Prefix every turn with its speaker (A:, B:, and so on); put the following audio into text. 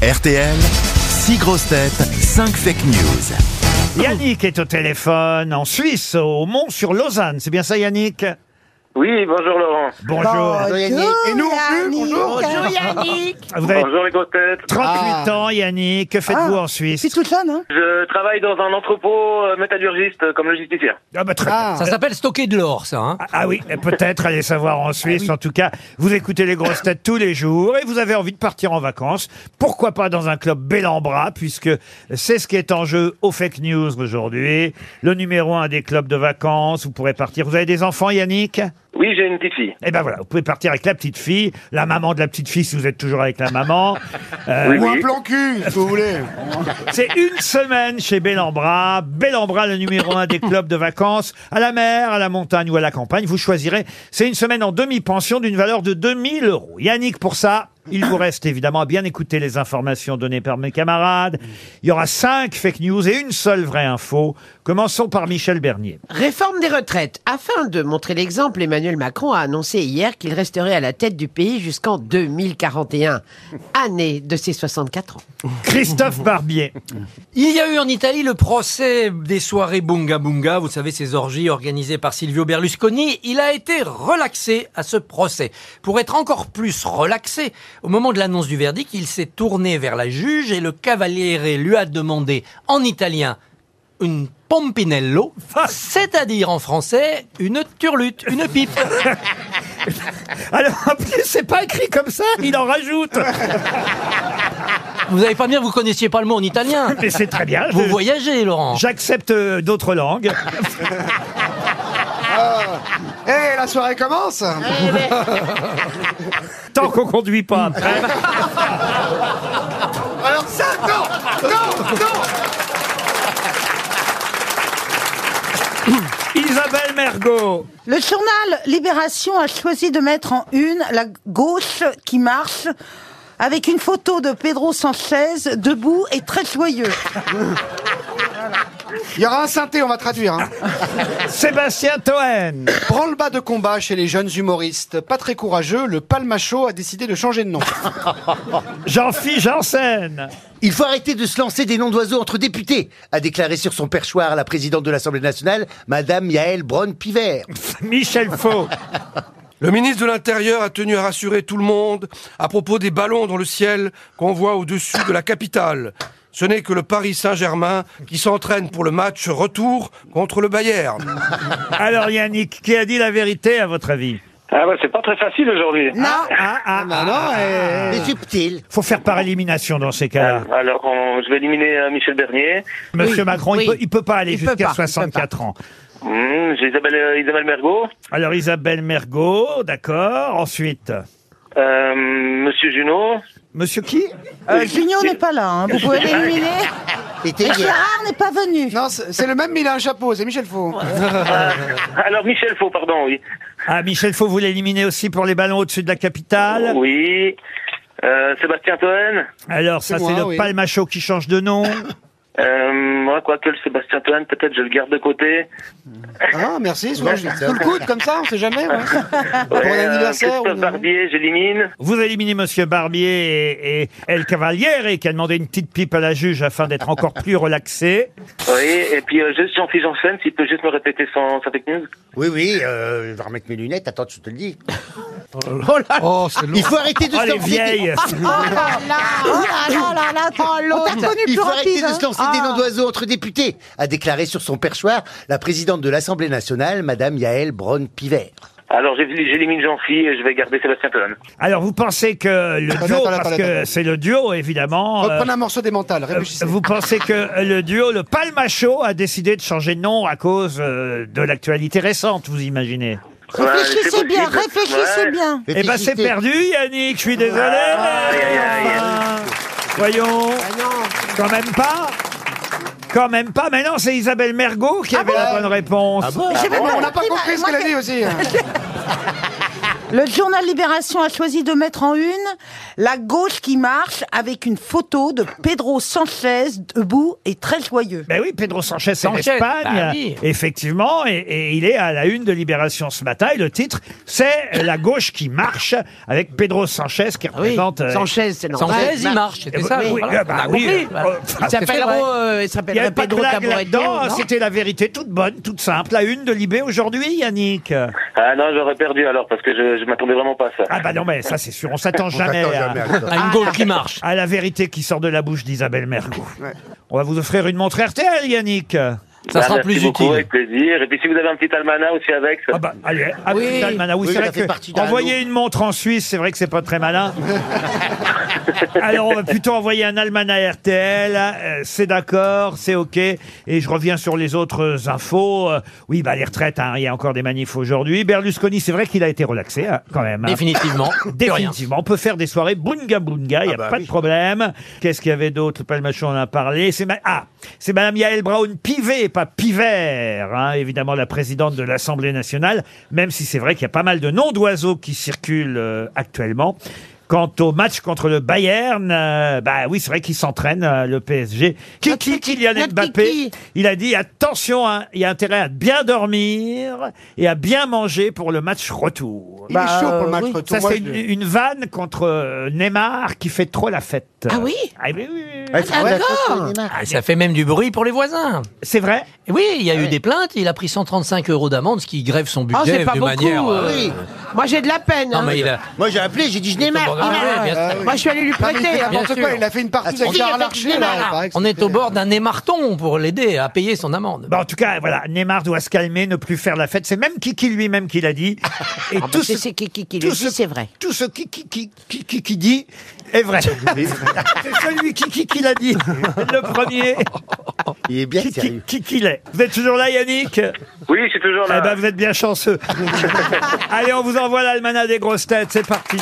A: RTL, 6 grosses têtes, 5 fake news.
B: Yannick est au téléphone en Suisse, au Mont sur Lausanne. C'est bien ça, Yannick
C: Oui, bonjour Laurent.
B: Bonjour.
D: Et nous en plus, bonjour.
B: Vous avez
C: Bonjour les grosses têtes.
B: 38
D: Ah.
B: ans, Yannick. Que faites-vous en Suisse
D: Puis toute seule, hein
C: Je travaille dans un entrepôt euh, métallurgiste euh, comme logisticien.
B: Ah, bah, très bien.
E: Ça s'appelle stocker de l'or, ça. Hein
B: Ah, ah oui, et peut-être allez savoir en Suisse.
D: Ah
B: En tout cas, vous écoutez les grosses têtes tous les jours et vous avez envie de partir en vacances. Pourquoi pas dans un club bel en bras, puisque c'est ce qui est en jeu aux fake news aujourd'hui. Le numéro un des clubs de vacances, vous pourrez partir. Vous avez des enfants, Yannick
C: Oui, j'ai une petite fille.
B: Eh ben voilà, vous pouvez partir avec la petite fille, la maman de la petite fille si vous êtes toujours avec la maman. Euh,
C: Oui,
D: Ou un
C: oui.
D: plan cul, si vous voulez.
B: c'est une semaine chez Bellambra. Bellambra, le numéro un des clubs de vacances, à la mer, à la montagne ou à la campagne, vous choisirez. C'est une semaine en demi-pension d'une valeur de 2000 euros. Yannick, pour ça, il vous reste évidemment à bien écouter les informations données par mes camarades. Il y aura cinq fake news et une seule vraie info. Commençons par Michel Bernier.
F: Réforme des retraites. Afin de montrer l'exemple, Emmanuel Macron a annoncé hier qu'il resterait à la tête du pays jusqu'en 2041, année de ses 64 ans.
B: Christophe Barbier.
E: Il y a eu en Italie le procès des soirées Bunga Bunga, vous savez, ces orgies organisées par Silvio Berlusconi. Il a été relaxé à ce procès. Pour être encore plus relaxé, au moment de l'annonce du verdict, il s'est tourné vers la juge et le cavaliere lui a demandé en italien une pompinello, c'est-à-dire en français une turlute, une pipe.
B: Alors, en plus, c'est pas écrit comme ça, il en rajoute.
E: Vous n'allez pas me dire que vous connaissiez pas le mot en italien.
B: Mais c'est très bien.
E: Vous
B: Je-
E: voyagez, Laurent.
B: J'accepte euh, d'autres langues.
D: Eh, la soirée commence
B: Tant qu'on conduit pas après.
D: Alors ça, non Non Non
B: Isabelle Mergot.
G: Le journal Libération a choisi de mettre en une la gauche qui marche avec une photo de Pedro Sanchez debout et très joyeux.
D: Il y aura un synthé, on va traduire. Hein.
B: Sébastien Toen.
D: Prends le bas de combat chez les jeunes humoristes. Pas très courageux, le Palmacho a décidé de changer de nom.
B: Jean-Philippe Janssen.
H: Il faut arrêter de se lancer des noms d'oiseaux entre députés, a déclaré sur son perchoir la présidente de l'Assemblée nationale, Madame Yael Braun-Piver.
B: Michel Faux.
I: Le ministre de l'Intérieur a tenu à rassurer tout le monde à propos des ballons dans le ciel qu'on voit au-dessus de la capitale. Ce n'est que le Paris Saint-Germain qui s'entraîne pour le match retour contre le Bayern.
B: Alors Yannick, qui a dit la vérité à votre avis
C: Ah bah c'est pas très facile aujourd'hui.
B: Ah, ah, ah.
D: Ah non, eh.
H: C'est subtil.
B: Faut faire par élimination dans ces cas-là.
C: Alors on- je vais éliminer euh, Michel Bernier.
B: Monsieur
F: Oui,
B: Macron,
F: oui.
B: il, peut, il peut pas aller
F: Il peut pas,
B: jusqu'à
F: il peut
B: 64 ans.
C: Hmm, j'ai Isabelle, euh, Isabelle Mergot.
B: Alors Isabelle Mergot, d'accord. Ensuite,
C: Euh, Monsieur Junot.
B: Monsieur qui
G: Euh, Junio n'est pas là, hein. vous pouvez l'éliminer.
H: C'était
G: Et
H: hier.
G: Gérard n'est pas venu.
D: Non, c'est c'est le même, mais il a un chapeau, c'est Michel Faux.
C: Alors Michel Faux, pardon, oui.
B: Ah, Michel Faux, vous l'éliminez aussi pour les ballons au-dessus de la capitale.
C: Oh. Oui. Euh, Sébastien Toen.
B: Alors ça,
D: C'est
B: c'est
D: moi,
B: le
D: oui.
B: Palmacho qui change de nom.
C: Euh, moi, quoi que le Sébastien Toen, peut-être je le garde de côté.
D: Ah, merci, souvent, je- sous le coude, comme ça, on sait jamais. ouais. Ah, Pour
C: Ouais, euh,
D: l'anniversaire
C: Christophe
D: ou-
C: Barbier, j'élimine.
B: Vous éliminez Monsieur Barbier et, et El Cavaliere qui a demandé une petite pipe à la juge afin d'être encore plus relaxé.
C: Oui, et puis euh, juste Jean-Philippe Janssen, s'il peut juste me répéter son, sa technique.
H: Oui, oui, euh, je vais remettre mes lunettes, attends, je te le dis.
E: Oh, c'est
H: Il faut arrêter de
B: Oh
H: se
B: les
H: lancer des...
B: vieilles
G: Oh là là Oh là là On t'a reconnu
H: Il
G: plus
H: faut arrêter
G: rapide hein.
H: de se lancer des noms d'oiseaux entre députés, a déclaré sur son perchoir la présidente de l'Assemblée nationale, Madame Yael Braun-Piver.
C: Alors j'ai- j'élimine Jean-Phi et je vais garder Sébastien Toen.
B: Alors vous pensez que le
D: Attendez,
B: duo,
D: attendez,
B: parce
D: attendez,
B: que
D: attendez.
B: c'est le duo évidemment, euh,
D: Reprenez un morceau des mentales,
B: euh,
D: réfléchissez.
B: vous pensez que le duo, le Palmacho, a décidé de changer de nom à cause euh, de l'actualité récente, vous imaginez
C: Ouais,
G: Réfléchissez
C: c'est
G: bien,
C: possible.
G: réfléchissez
C: Ouais.
G: bien.
B: Eh ben c'est perdu Yannick, je suis désolé. mais-
C: Ah, aïe, aïe, aïe.
B: Enfin, Voyons, quand même pas quand même pas, mais non, c'est Isabelle
C: Ah
B: Mergot qui avait la bonne réponse.
H: Ah bon
D: Ah bon, on n'a pas
G: compris,
D: compris ce
G: bah, moi,
D: qu'elle a
G: j'ai-
D: dit aussi.
G: Le journal Libération a choisi de mettre en une la gauche qui marche avec une photo de Pedro Sanchez debout et très joyeux.
B: Ben oui, Pedro Sanchez est en
E: Sanchez,
B: Espagne,
E: bah oui.
B: effectivement, et, et il est à la une de Libération ce matin. Et le titre, c'est La gauche qui marche, avec Pedro Sanchez qui
F: Ah Oui,
B: représente. euh,
F: Sanchez, c'est normal.
E: Sanchez, il marche, c'était
B: eh ben,
E: ça.
B: oui,
E: voilà,
B: euh, bah
E: on a
B: oui,
E: compris.
B: euh,
E: Voilà.
F: Il
E: C'est
F: s'appellerait,
E: vrai.
F: euh, il
B: Il n'y
F: s'appellerait
B: avait pas de
F: Pedro
B: blague là-dedans,
F: Caboreto.
B: hein, c'était la vérité toute bonne, toute simple. La une de Libé aujourd'hui, Yannick.
C: Ah non, j'aurais perdu alors parce que je, je m'attendais vraiment pas à ça.
B: Ah bah non, mais ça c'est sûr, on s'attend jamais,
H: t'attend
B: à-
H: jamais à ça.
E: À une gauche qui marche.
B: à la vérité qui sort de la bouche d'Isabelle Mergo. On va vous offrir une montre RTL, Yannick.
E: Ça
C: Bah,
E: sera
C: merci
E: plus
C: beaucoup,
E: utile.
C: Avec plaisir. Et puis si vous avez un petit almanach aussi avec. ça-
B: Ah bah allez, ah,
F: Oui.
B: putain, le malin. Oui,
H: Oui,
B: c'est
H: ça
B: vrai
H: fait
B: que
H: partie d'un
B: envoyer une montre en Suisse, c'est vrai que c'est pas très malin. Alors on va plutôt envoyer un almanach RTL, euh, c'est d'accord, c'est OK et je reviens sur les autres infos. Euh, oui, bah les retraites, hein, il y a encore des manifs aujourd'hui. Berlusconi, c'est vrai qu'il a été relaxé hein, quand même. hein.
E: Définitivement. plus rien.
B: Définitivement, on peut faire des soirées bunga bunga, il n'y a
H: Ah bah
B: pas
H: oui.
B: de problème. Qu'est-ce qu'il y avait d'autre Palmachon en a parlé. C'est ma... ah, c'est Madame Yael Brown Pivet, pas Pivert, hein, évidemment la présidente de l'Assemblée nationale, même si c'est vrai qu'il y a pas mal de noms d'oiseaux qui circulent euh, actuellement. Quant au match contre le Bayern, euh, bah oui, c'est vrai qu'il s'entraîne, euh, le PSG. Kiki,
F: Kiki,
B: Kylian
F: notre
B: Mbappé,
F: Kiki.
B: il a dit attention, hein, il y a intérêt à bien dormir et à bien manger pour le match retour. Bah,
D: Il est chaud pour le match
F: oui.
D: retour.
B: Ça,
D: Moi,
B: c'est
D: je-
B: une, une vanne contre euh, Neymar qui fait trop la fête.
F: Ah oui
B: Ah oui, oui, oui.
H: Ouais, c'est vrai.
F: D'accord.
E: Ah, ça fait même du bruit pour les voisins.
B: C'est vrai
E: Et oui, il y a eu des plaintes. Il a pris 135 euros d'amende, ce qui grève son
F: Oh,
E: budget
F: Ah c'est pas
E: de
F: beaucoup.
E: manière. euh,
F: oui. Moi, j'ai de la peine.
E: Non,
F: hein.
E: mais il a.
H: Moi, j'ai appelé, j'ai dit, je n'ai
E: Ah,
H: marre.
E: ouais, bien sûr.
F: Moi, je suis allé lui
D: Ah, mais il fait
F: prêter. hein.
E: bien
D: n'importe
E: sûr. Ah,
D: quoi, il a fait une partie avec
F: si, il a
D: Gérard
F: fait
D: Larcher,
F: Neymar.
D: là, il paraît que
E: On est
D: c'était- euh,
E: au bord d'un émarton pour l'aider à payer son amende.
B: Bah, En tout cas, voilà, Neymar doit se calmer, ne plus faire la fête. C'est même Kiki lui-même qui l'a dit. Et tout,
F: Ah, bah, c'est-
B: ce,
F: C'est Kiki qui
B: tout
F: le
B: ce-
F: dit, c'est vrai.
B: tout ce qui, qui, qui, qui, qui- qui dit est vrai. C'est celui qui, qui, qui l'a dit. Le premier
H: Il est bien
B: qui, qui,
H: sérieux.
B: qui, qui l'est. Vous êtes toujours là, Yannick
C: Oui, je suis toujours là.
B: Eh ben, vous êtes bien chanceux. Allez, on vous envoie l'almanach des grosses têtes. C'est parti.